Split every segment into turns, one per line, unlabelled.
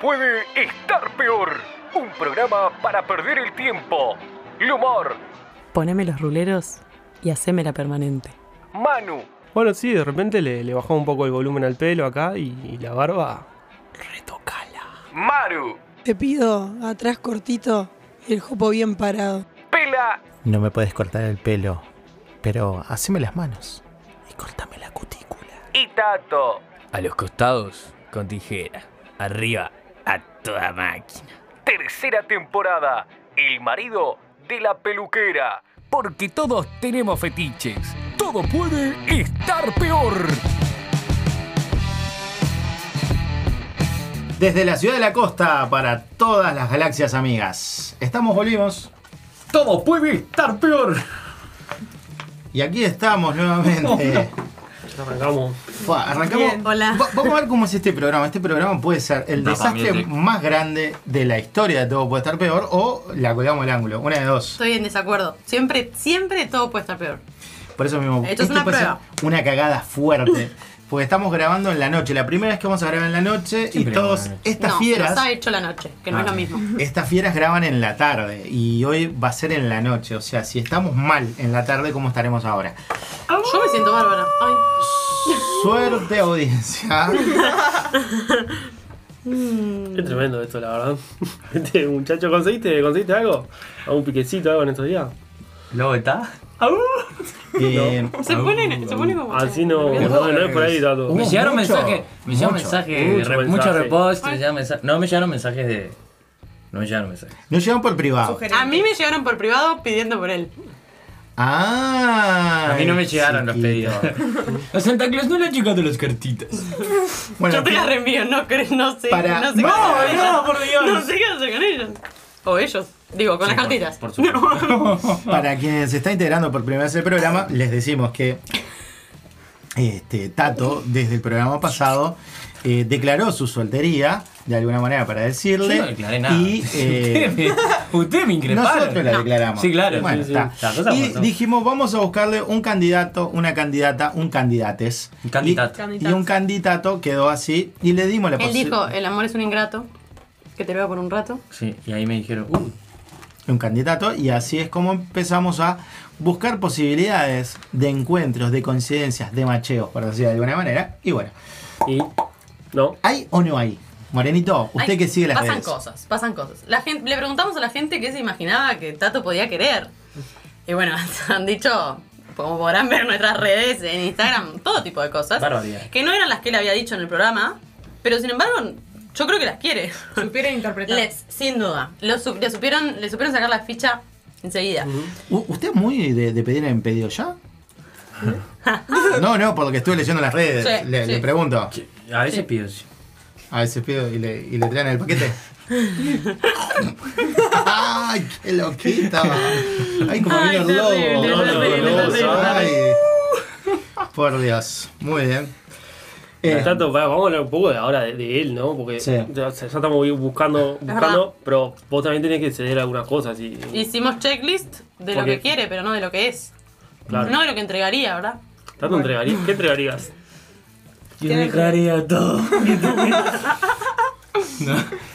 puede estar peor. Un programa para perder el tiempo. El humor.
Poneme los ruleros y hacémela permanente.
Manu.
Bueno, sí, de repente le, le bajó un poco el volumen al pelo acá y, y la barba. Retocala.
Maru.
Te pido atrás cortito y el jopo bien parado.
Pela.
No me puedes cortar el pelo, pero haceme las manos y cortame la cutícula.
Y Tato.
A los costados, con tijera. Arriba, a toda máquina.
Tercera temporada. El marido de la peluquera.
Porque todos tenemos fetiches. Todo puede estar peor.
Desde la ciudad de la costa para todas las galaxias amigas. Estamos, volvimos.
Todo puede estar peor.
Y aquí estamos nuevamente.
Arrancamos.
Fua, arrancamos.
Bien, hola.
Va- vamos a ver cómo es este programa. Este programa puede ser el desastre más grande de la historia de Todo Puede Estar Peor o la colgamos el ángulo. Una de dos.
Estoy en desacuerdo. Siempre, siempre todo puede estar peor.
Por eso mismo.
Esto es una
puede ser
prueba.
una cagada fuerte. Porque estamos grabando en la noche. La primera vez que vamos a grabar en la noche y todos estas
no,
fieras. Ah.
Nos ha hecho la noche, que no es lo mismo.
Estas fieras graban en la tarde y hoy va a ser en la noche. O sea, si estamos mal en la tarde, ¿cómo estaremos ahora?
Yo me siento bárbara. Ay.
Suerte, audiencia.
Qué tremendo esto, la verdad. Este muchacho, ¿conseguiste, ¿conseguiste algo? ¿Algún piquecito, algo en estos días?
¿Luego está?
Ah,
¡Au!
uh.
Eh,
Ah,
Se pone, se pone como.
Así no, no, no es por ahí, Tato.
Me
Hubo
llegaron
Uh, mucho,
mensajes. Me llegaron
mucho.
mensajes.
Mucho
re-
mensaje.
Muchos reposts. me llegaron mensa- No, me llegaron mensajes de. No me llegaron mensajes.
nos llevan por privado.
A mí me llegaron por privado pidiendo por él.
Ah.
A mí no me llegaron los
chiquito.
pedidos. A Santa Claus no le ha llegado las cartitas.
Bueno,
Yo te
¿qué-
las reenvío, no crees, no sé.
Para-
No sé
No,
no, por Dios. No sé qué hacer con ellos. O ellos. Digo, con las cartitas.
Por supuesto.
Para quien se está integrando por primera vez el programa, les decimos que este, Tato, desde el programa pasado, eh, declaró su soltería, de alguna manera para decirle.
Yo no declaré nada.
Y eh,
Ustedes me- Ustedes me
nosotros
increparon.
la declaramos.
Sí, claro,
Bueno,
sí, sí.
está.
Las cosas
Y
pasaron.
dijimos, vamos a buscarle un candidato, una candidata, un candidates.
Un candidato.
Y, y un candidato quedó así y le dimos la
Él
posi-
dijo, el amor es un ingrato, que te veo por un rato.
Sí, y ahí me dijeron, uh,
un candidato y así es como empezamos a buscar posibilidades de encuentros, de coincidencias, de macheos, por decirlo de alguna manera. Y bueno,
Y. No.
¿hay o no hay? Morenito, usted
Ay,
que sigue las
Pasan
redes.
cosas, pasan cosas. La gente, le preguntamos a la gente qué se imaginaba que Tato podía querer. Y bueno, han dicho, como podrán ver en nuestras redes, en Instagram, todo tipo de cosas.
Barbaridad.
Que no eran las que él había dicho en el programa, pero sin embargo, yo creo que las quiere.
Supieron interpretar.
Les- sin duda. Lo su- le, supieron, le supieron sacar la ficha enseguida.
U- ¿Usted es muy de, de pedir en pedido ya? No, no, por lo que estuve leyendo en las redes.
Sí,
le,
sí.
le pregunto.
a veces pido. sí.
A veces pido y le, y le traen el paquete. ¡Ay, qué loquita! ¡Ay, como
Ay,
vino el
terrible,
lobo!
terrible,
terrible,
Ay. Por Dios, muy bien. Eh,
Tato, pará, vamos a hablar un poco de ahora de, de él, ¿no? Porque
Sí.
ya, o sea, ya estamos buscando,
verdad.
buscando, pero vos también tenés que ceder algunas cosas. Y,
Hicimos checklist de lo
Porque-
que quiere, pero no de lo que es.
Claro.
No de lo que entregaría, ¿verdad?
Tato, entregarías, ¿qué entregarías?
Yo dejaría todo. no.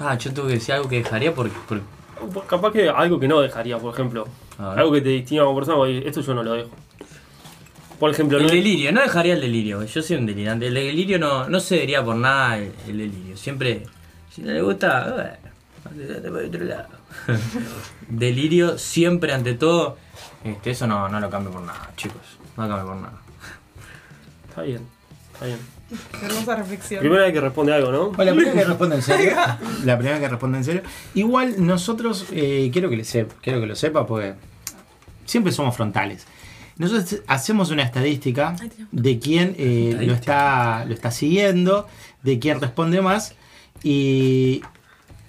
Ah, yo tuve que decir algo que dejaría porque. porque-
Pues Capaz que algo que no dejaría, por ejemplo.
A ver.
Algo que te distinga como persona, oye, esto yo no lo dejo. Por ejemplo, no
El delirio, no dejaría el delirio, yo soy un delirante. El delirio no, no cedería por nada el, el delirio. Siempre, si no le gusta, bueno, andate por otro lado. delirio siempre ante todo. Este, eso no, no lo cambio por nada, chicos. No lo cambio por nada.
Está bien, está bien.
Hermosa reflexión.
Primera vez que responde algo, ¿no?
Bueno, la primera que responde en serio. La primera que responde en serio. Igual nosotros, eh, quiero que le sepa, quiero que lo sepa porque siempre somos frontales. Nosotros hacemos una estadística de quién eh, lo, está, lo está siguiendo, de quién responde más. Y,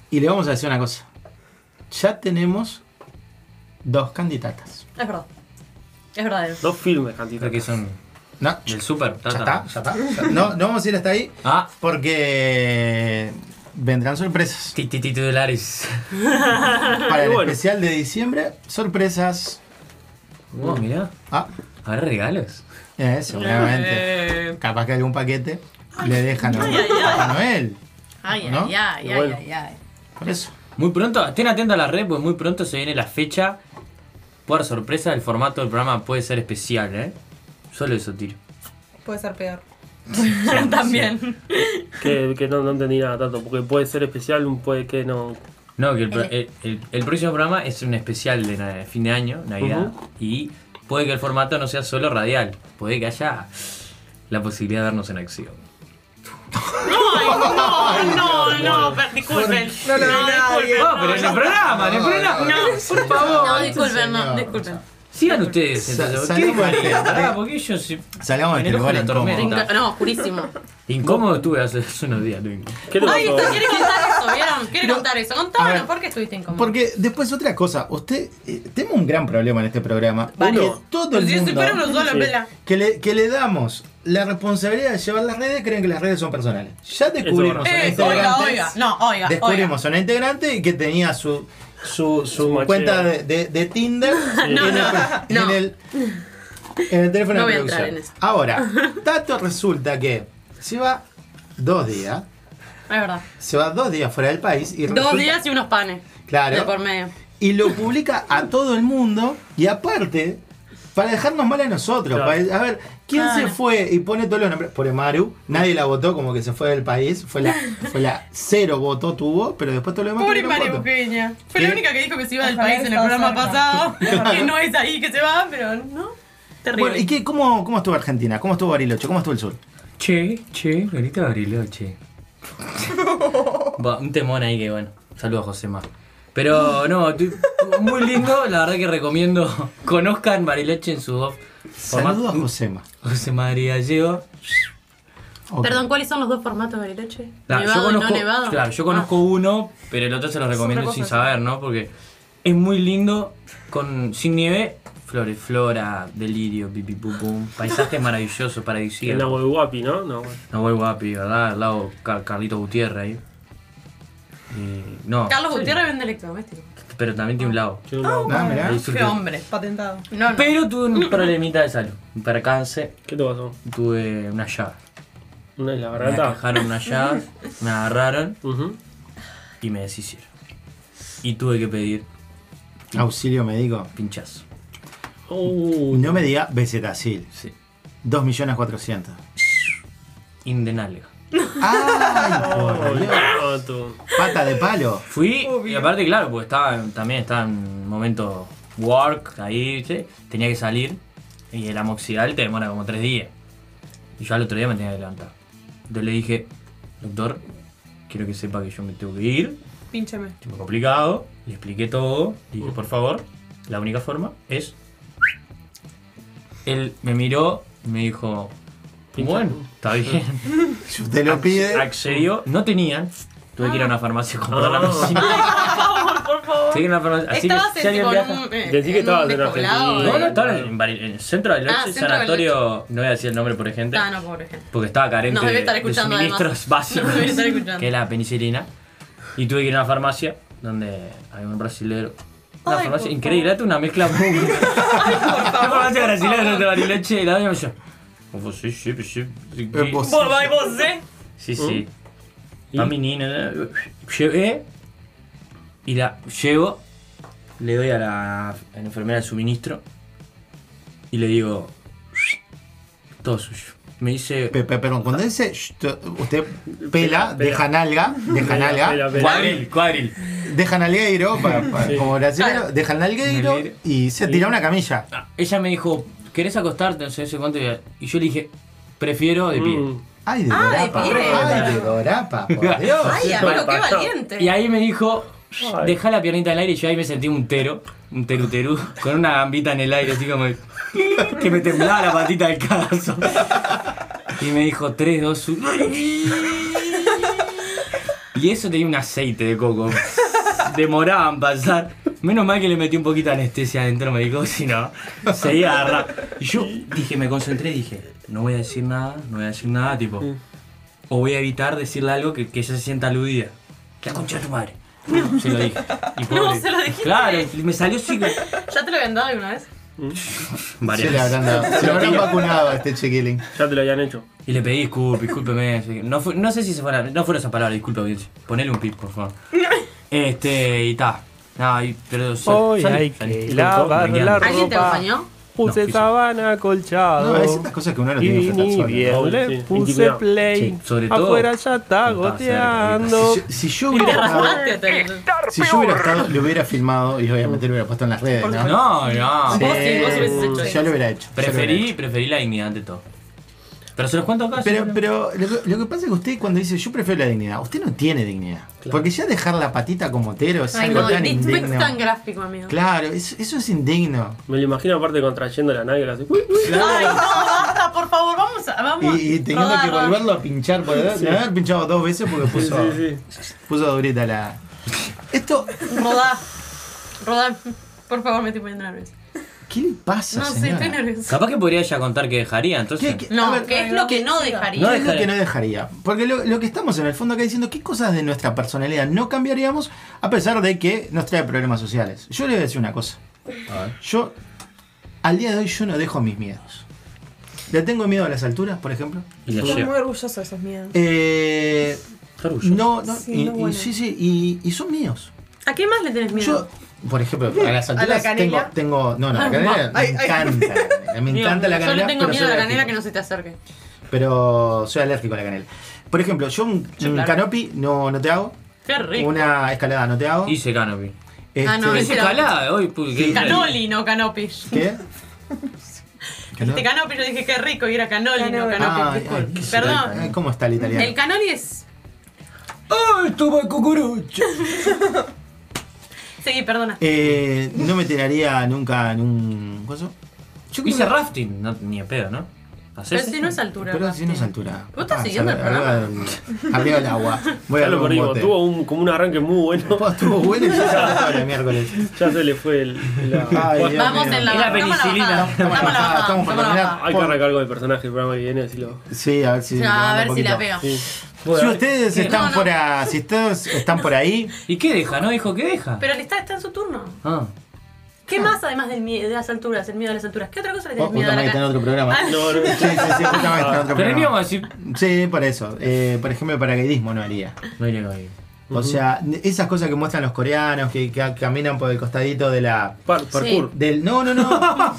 y le vamos a decir una cosa. Ya tenemos dos candidatas.
Es verdad. Es verdad. Edu.
Dos filmes, cantito.
Creo que son
No, ya
del súper. ta, ta.
está, ya está. ya está. No, no vamos a ir hasta ahí
Ah,
porque vendrán sorpresas.
ti- ti- titulares.
Para el
Y bueno.
especial de diciembre, sorpresas.
Wow, Oh, mirá,
Ah,
habrá regalos.
eh, seguramente.
Eh,
Capaz que algún paquete le dejan a Papá Noel.
Ay,
¿No?
ay, ay,
Y
ay,
bueno.
ay, ay.
Por eso.
Muy pronto, estén atentos a la red, pues muy pronto se viene la fecha. Por sorpresa, el formato del programa puede ser especial, ¿eh? Solo eso tiro.
Puede ser peor.
También.
Que, que no, no entendí nada tanto, porque puede ser especial, un puede que no.
No, que el, pro- el- el- el próximo programa es un especial de na- fin de año, Navidad, y puede que el formato no sea solo radial, puede que haya la posibilidad de vernos en acción.
Ay, no, no, no, per- disculpen. No, no, disculpen.
No, pero en el programa, en el programa. por favor.
No, disculpen, no,
señor.
disculpen.
Sigan ustedes,
Sa-
entonces. ¿Qué
salimos de-
dejaría?
de-
Pará, porque yo sí-
Salgamos de
En
este
el ojo
lugar
de la tormenta.
incómodo.
Está.
No, purísimo.
Incómodo estuve hace, hace unos días, Luis.
¿Qué te
Ay, esto
pasó?
quiere contar eso, ¿vieron? Quiere contar eso.
A
Contámonos,
ver.
¿por qué estuviste incómodo?
Porque después otra cosa, usted eh, tengo un gran problema en este programa.
Varios.
Porque Todo el
Pues si yo soy
mundo
para uno solo,
Sí.
vela.
que le, que le damos la responsabilidad de llevar las redes creen que las redes son personales. Ya descubrimos
Eso
a una
Eh,
integrante.
oiga, oiga. No, oiga, oiga.
descubrimos a una integrante que tenía su su, su
macheo.
cuenta de, de- de Tinder en,
No,
el,
no,
en
no.
el- en el teléfono
No
de
voy a entrar
producción.
en eso.
Ahora, Tato resulta que se va dos días,
Es verdad.
se va dos días fuera del país y
Dos
resulta-
días y unos panes.
Claro.
De por medio.
y lo publica a todo el mundo y aparte para dejarnos mal a nosotros.
Claro.
para- a ver, ¿quién
Claro.
se fue y pone todos los nombres? Pone Maru, nadie la votó como que se fue del país, fue la, fue la cero voto tuvo, pero después todo lo demás
Pobre
tuvieron
María
voto.
Eugenia. Fue la
¿Qué?
única que dijo que se iba del
Ojalá
país en el
estaba
programa
cerca.
pasado. Que no es ahí que se va, pero no. Terrible.
Bueno, ¿y qué, cómo, cómo estuvo Argentina? ¿Cómo estuvo Bariloche? ¿Cómo estuvo el sur?
Che, che, ahorita Bariloche. Va, un temón ahí que bueno. Saludos a José más. Pero no, tu- muy lindo, la verdad que recomiendo. Conozcan Bariloche en su dos formatos.
Saludos a Josema.
José María Gallego.
Ok.
Perdón, ¿cuáles son los dos formatos de Bariloche?
Claro,
nevado
yo conozco,
y no nevado. Ah.
claro, yo conozco uno, pero el otro se lo recomiendo sin saber, ¿no? Porque es muy lindo, con sin nieve, flores, flora, delirio, pipipupum, paisajes maravillosos,
En la
paradisíacos.
Guapi, ¿no? No, bueno.
Nahuel Guapi, ¿verdad? Al lado Car- Carlito Gutiérrez ahí. Y- no,
Ah. Carlos Gutiérrez vende electrodoméstico.
pero también tiene un lago.
Yo no-
Ah, mirá.
Ahí
Qué
surgió.
hombre.
Patentado.
No, no.
Pero tuve un problemita de salud, un percance,
¿Qué te pasó?
tuve una llave.
¿Una en la
Me
garganta?
dejaron una llave, me agarraron
Ujú.
y me deshicieron. Y tuve que pedir
Auxilio médico.
pinchazo.
Uh,
No me diga Bezetacil.
Sí.
2.400.000.
Indenalga.
¡Ay, por Dios!
ah, tú.
Pata de palo.
Fui, y aparte, claro, porque estaba, en- también estaba en un momento work, ahí, ¿viste? tenía que salir, y el amoxidal te demora como tres días. Y yo al otro día me tenía que levantar. Entonces le dije, doctor, quiero que sepa que yo me tengo que ir,
Píncheme.
estoy muy complicado, le expliqué todo, le dije, por favor, la única forma es... Él me miró y me dijo, bueno, está bien.
Si usted lo pide.
accedió, no tenían. Tuve que ir a una farmacia a comprar la
Ah.
medicina. Tuve que ir a una farmacia. Así que
Estabas
si alguien
en, tipo,
viaja.
en un, eh,
Decí que
en un
estabas en
despoblado.
Argentina.
No, no, estaba en, Bari- en el centro de Bariloche,
Ah, centro de
sanatorio. No voy a decir el nombre por gente.
Ah, no, pobre gente.
Porque estaba carente
Nos debe
de-
estar
de,
escuchando,
suministros
además.
básicos.
Nos debe estar escuchando.
Que es la penicilina. Y tuve que ir a una farmacia donde había un brasilero. Una farmacia increíble, era una mezcla muy. Una farmacia brasilera de Bariloche y la doña me decía. "Oh, Sí, sí, sí, sí. sí,
Eh, vos-
Vos, va, y vos, ¿eh?
Sí, sí.
¿Y?
A ¿Mm? mi nina. eh, Llevé. Y la llevo. Le doy a la, a la enfermera el suministro. Y le digo. Todo suyo. Me dice.
Pe- pe- Perdón, cuando dice sh- to- usted pela, deja nalga, deja
Pela, pela,
nalga,
pela.
Cuadril, cuadril.
deja nalgueiro, pa- pa- como brasileño, deja nalgueiro
Nalgueiro. Ah.
y se tira una camilla.
Ella me dijo, ¿querés acostarte? No sé, no sé cuánto. Y yo le dije, prefiero de pie.
Mm.
Ay, de dorapa,
de pie.
ay, de dorapa, por Dios.
Ay, amigo, qué valiente.
Y ahí me dijo, dejá la piernita en el aire. Y yo ahí me sentí un tero, un teruterú, con una gambita en el aire, así como que me temblaba la patita del caso. Y me dijo, 3, 2, 1. Y eso tenía un aceite de coco. Demoraban pasar. Menos mal que le metí un poquito de anestesia adentro, me dijo, si no, se iba a agarrar. Y yo dije, me concentré y dije, no voy a decir nada, no voy a decir nada, tipo. O voy a evitar decirle algo que, que ella se sienta aludida. La concha de tu madre. Se lo dije. Y
se lo dijiste.
Claro, me salió así. que-
¿Ya te lo habían dado alguna vez?
Se le
Varias.
habrán, dado- se lo habrán vacunado a este chiquilín.
Ya te lo habían hecho.
Y le pedí disculpas, discúlpeme. No, fue- no sé si se fueron, no fueron esas palabras, disculpe audiencia. Ponele un pip, por favor. Este, y ta. No, y- pero sal-
Hoy
salí,
hay
salí,
que
disculpe,
lavar
me
la
quedan-
¿Alguien te
Ropa.
acompañó?
Puse
No,
sabana acolchado.
No, hay ciertas cosas que uno no tiene que
y
enfrentar
ni
solo.
bien
Obvio,
le
sí.
puse
Intimidado.
play.
Sí, sobre todo,
Afuera ya está
no estaba
goteando.
Si yo- Si yo
¿Te
hubiera estado,
raspaste? Te-
Estar
si yo
peor.
hubiera estado, lo hubiera filmado y obviamente lo hubiera puesto en las redes, ¿no?
No, no.
Sí,
Vos sí, vos hubieses hecho eso.
yo lo hubiera hecho. yo lo hubiera
Preferí,
hecho.
preferí la dignidad ante todo. Pero se los cuento acá.
Pero,
sí,
pero lo, que, lo que pasa es que usted cuando dice yo prefiero la dignidad, usted no tiene dignidad. Porque ya dejar la patita como tero es
Ay,
algo
no,
tan
es
indigno.
tan gráfico, amigo.
Claro, eso, eso es indigno.
Me lo imagino aparte contrayendo la nalga. Así.
Ay, no, basta, por favor, vamos a. Vamos
Y, y teniendo
rodar,
que
rodar.
volverlo a pinchar por edad. Le haber pinchado dos veces porque
Sí,
puso,
sí, sí.
puso durita la. Esto,
Rodá. Rodá. Por favor, me estoy poniendo nerviosa.
¿qué le pasa,
No, sí,
señora?
estoy nerviosa.
Capaz que podría ya contar que dejaría, entonces.
¿Qué- qué- a
No,
ver,
¿qué es lo que no
No
dejaría?
es lo
dejaré.
que no dejaría. Porque lo, lo que estamos en el fondo acá diciendo, ¿qué cosas de nuestra personalidad no cambiaríamos a pesar de que nos trae problemas sociales? Yo le voy a decir una cosa. Yo, al día de hoy, yo no dejo mis miedos. ¿Le tengo miedo a las alturas, por ejemplo?
Y la
Estoy
llevo.
muy orgulloso de esos miedos.
Eh,
Qué orgullo.
no, no,
Sí,
y,
no,
y
bueno.
sí, sí, y, y son míos.
¿A qué más le tenés
Yo,
miedo?
por ejemplo, a las alturas tengo,
canela?
tengo. No, no, la canela me encanta. la canela, Me
Digo,
encanta la
Yo
canela.
le tengo
pero
miedo a
soy
la canela
alérgico.
que no se te acerque.
Pero soy alérgico a la canela. Por ejemplo, yo un,
Sí,
un
claro.
canopy no, no te hago.
Qué rico.
Una escalada no te hago.
Hice canopy.
Ah, no,
Este,
ese-
Hice calada, hoy. pues, qué-
Canoli, no canopi. Este
¿Qué? ¿Qué no?
canopi yo dije qué rico y era canoli, no
Canoli.
canopi.
Ay, ay, Ah, qué eh,
Perdón.
ay, ¿Cómo está el italiano?
El canoli es.
¡Ay, toma el cucurucho!
Seguí, perdona.
Eh, no me tiraría nunca en un. ¿Cosa? Yo creo
Hice
que-
rafting, no, ni a pedo, ¿no? ¿Hacés?
Pero si no es altura.
Pero si no es
Basti.
altura.
¿Vos estás
Ah,
siguiendo el
arriba- Arriba, del- arriba del agua. Voy
Ya
a
lo
ver un
perdimos.
bote.
Tuvo un- como un arranque muy bueno.
Pa, Estuvo bueno y ya se bajó el miércoles.
Ya se le fue el. la-
Ay, Dios
Vamos
mío.
en la
Es
bajada. Estamos en
la
la
penicilina.
bajada. Estamos en la bajada.
Estamos
Estamos
por
en la
terminar.
bajada.
Hay que arrancar con el personaje del programa que viene, así lo.
Sí, a ver si.
Ya,
levanta
a ver
un
si la
poquito.
pego.
Sí.
Si ustedes
¿Qué?
están
No, no.
por a- si ustedes están por ahí,
¿Y qué deja? ¿No dijo qué deja?
Pero le está, está en su turno.
Ah.
¿Qué más además del mie- de las alturas? El miedo a las alturas. ¿Qué otra cosa le
Oh,
tenés miedo a la
justamente está en
cara?
otro programa.
Ah.
No, no,
Sí, sí, sí, justamente está en otro
Pero
programa.
veníamos a decir.
Sí, por eso. Eh, por ejemplo, el paracaidismo no haría.
No iría ahí.
O sea, esas cosas que muestran los coreanos que, que caminan por el costadito de la.
Par- parkour.
Del, no, no, no.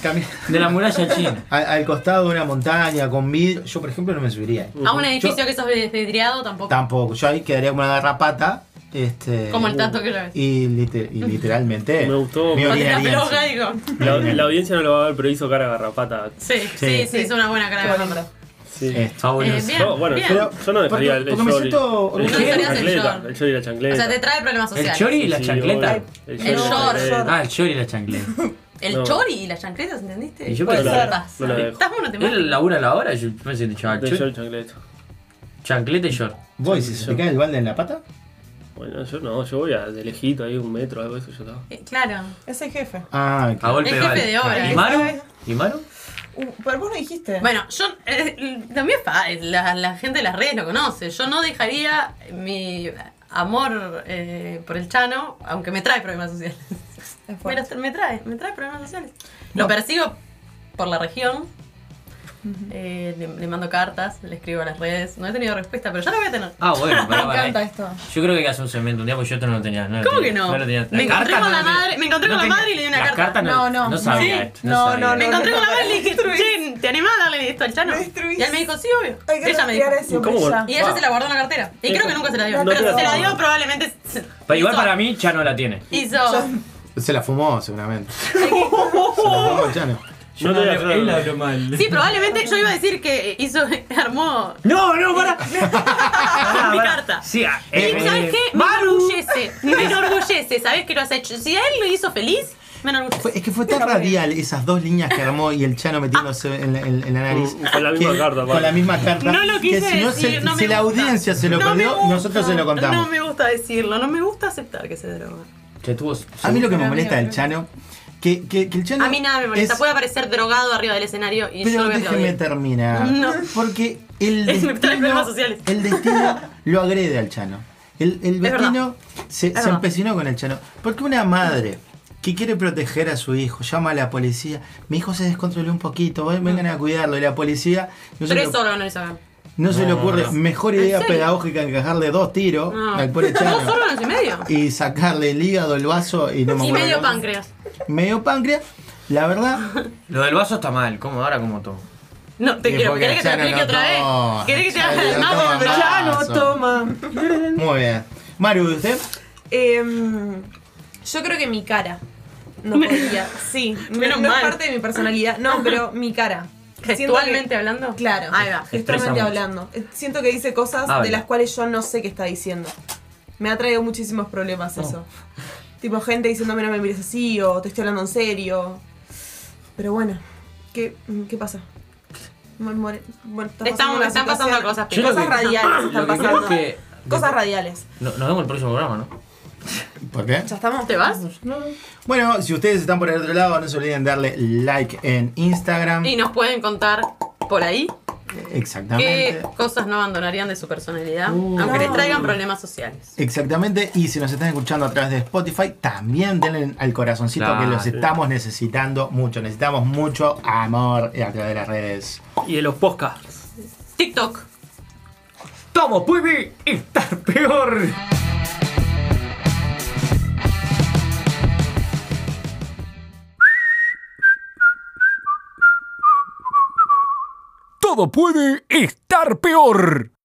Cami-
De la muralla china.
al, al costado de una montaña con vid. Yo, por ejemplo, no me subiría.
A un edificio que sos vidriado tampoco.
Tampoco. Yo ahí quedaría como una garrapata. Este,
Como el tato que lo ves.
Y, liter- y literalmente.
Me gustó.
me
Cuando te la
orinaría
peluca,
encima.
digo.
La, la audiencia no lo va a ver, pero hizo cara garrapata.
Sí, sí, sí, hizo una buena cara de papá.
Sí.
Este,
Eh,
Fabuloso.
bien,
Yo, bueno,
bien.
yo, yo no dejaría
Porque-
el,
porque me
short y-
siento-
el,
No
short y la
dejarías el
chancleta,
short.
el short y la chancleta.
O sea, te trae problemas
El
sociales.
chori y la
Sí,
chancleta.
obvio.
El
y la
short.
chancleta.
Ah, el chori y la chancleta.
El
No.
chori y las chancletas, ¿entendiste?
Y yo
Puede
no
ser.
la-
no la dejo.
Estás monotemático.
Él labura la hora y yo pensé que chaval,
El short
chori-
y chancleta.
chancleta y short.
Voy, si se te cae el balde en la pata.
Bueno, yo no, yo voy a de lejito, ahí un metro, algo de eso, yo estaba.
Eh, Claro.
Es el jefe.
Ah,
A golpe
El
de
jefe
bala.
de obra. ¿eh?
¿Y Maru? ¿Y Maru?
Uh, pero vos no dijiste.
Bueno, yo eh, también fa- la, la gente de las redes lo conoce. Yo no dejaría mi amor eh, por el Chano, aunque me trae problemas sociales.
Es
Me,
fuerte.
los- me trae, me trae problemas sociales. Lo persigo por la región. Eh, le, le mando cartas, le escribo a las redes. No he tenido respuesta, pero ya la voy a tener.
Ah, bueno,
Me
pará, pará.
encanta esto.
Yo creo que hay que hacer un segmento un día porque yo esto no lo tenía. No lo
¿Cómo
tenía,
que no?
lo tenía.
Me
Las
encontré
cartas
con
no
la
lo tenía.
madre- me encontré con la
tenía-
madre y le di una
Las
carta.
cartas no,
No, no.
no sabía
Sí.
esto.
No,
sabía
no,
Me
esto.
encontré con la madre y le dije,
Destruís.
"Che, ¿te animás a darle esto al Chano?
Lo destruís.
Y él me dijo, sí, obvio.
Hay que
Ella me dijo.
retirar eso.
¿Cómo?
ya.
Y ella
Va.
se la guardó en la cartera. Y creo que nunca se la dio.
No
pero
te la
si se la
daba.
dio, probablemente. se-
Pero igual
hizo-
para mí ya no la tiene.
Hizo.
Se la fumó seguramente. Se la fumó Chano.
No te voy a hacer
Él
nada.
habló mal.
Sí, probablemente yo iba a decir que hizo. Armó.
No, no, para.
mi carta.
Sí, ah,
Y,
eh,
¿sabes
eh,
qué? Me
Maru.
enorgullece. Me enorgullece. ¿Sabes que lo has hecho? Si a él lo hizo feliz, me enorgullece.
Fue- es que fue tan radial esas dos líneas que armó y el Chano metiéndose en la, en- en la nariz.
Mm, con la misma
que-
carta,
con
vale.
la misma carta,
Ah. No lo quise
que si no se-
decir, no me
si la
gusta.
audiencia se lo
No me
perdió,
gusta.
nosotros se lo contamos.
No me gusta decirlo, no me gusta aceptar que se droga.
Che, tuvo.
A mí lo que me molesta del Chano, que, que, que el Chano.
A mí nada me molesta.
es-
Puede aparecer drogado arriba del escenario y yo
Pero
lo voy a
déjeme
aplaudir.
terminar.
No.
Porque el
Es- me trae
destino,
problemas sociales.
el destino lo agrede al Chano. El, el
verdad.
destino se, se
verdad.
empecinó con el Chano. Porque una madre que quiere proteger a su hijo, llama a la policía. Mi hijo se descontroló un poquito, ven- vengan a cuidarlo. Y la policía no se, le,
Tres órganos acá.
no se le
Mm. No,
ocurre
no.
mejor
¿En
idea
serio?
pedagógica que encajarle dos tiros
No.
al pobre
Dos
Chano
órganos y medio.
y sacarle el hígado, el vaso y no me
Y
acuerdo
medio
cómo.
páncreas.
Medio páncreas. La verdad,
Lo del vaso está mal, ¿cómo? Ahora como todo.
No, te
Y
quiero.
porque
¿Querés que te lo
Chano
explique
no
otra vez?
toma.
¿Querés que te haga
Chano
el
no
mapa?
toma.
Ya
no
Paso.
toma.
muy bien. Maru, ¿y ¿usted?
Em, yo creo que mi cara. No podría. Sí, no-
Menos
no,
mal.
es parte de mi personalidad. No, pero mi cara. Siento
¿Gestualmente
que-
hablando?
Claro.
Ahí va. Ah,
Expresa
Gestualmente
mucho.
hablando. Eh, Siento que dice cosas
Habla.
de las cuales yo no sé qué está diciendo. Me ha traído muchísimos
Oh.
problemas eso. Tipo gente diciéndome no me mires así o te estoy hablando en serio. Pero bueno, ¿qué, mm, qué pasa? Mo- more- bueno, está
Estamos-
una
están pasando
situación-
cosas
Yo lo
Cosas
que-
radiales están
lo que creo
pasando.
es que.
Cosas radiales.
No- nos vemos el próximo programa, ¿no?
¿Por qué?
¿Ya estamos?
¿Te vas?
Bueno, si ustedes están por el otro lado, no se olviden darle like en Instagram.
Y nos pueden contar por ahí
Exactamente.
qué cosas no abandonarían de su personalidad, aunque les traigan problemas sociales.
Exactamente, y si nos están escuchando a través de Spotify, también denle al corazoncito
Claro.
que los estamos necesitando mucho, necesitamos mucho amor a través de las redes.
Y de los podcasts.
TikTok.
¡Tomo, puede estar peor!
Todo puede estar peor.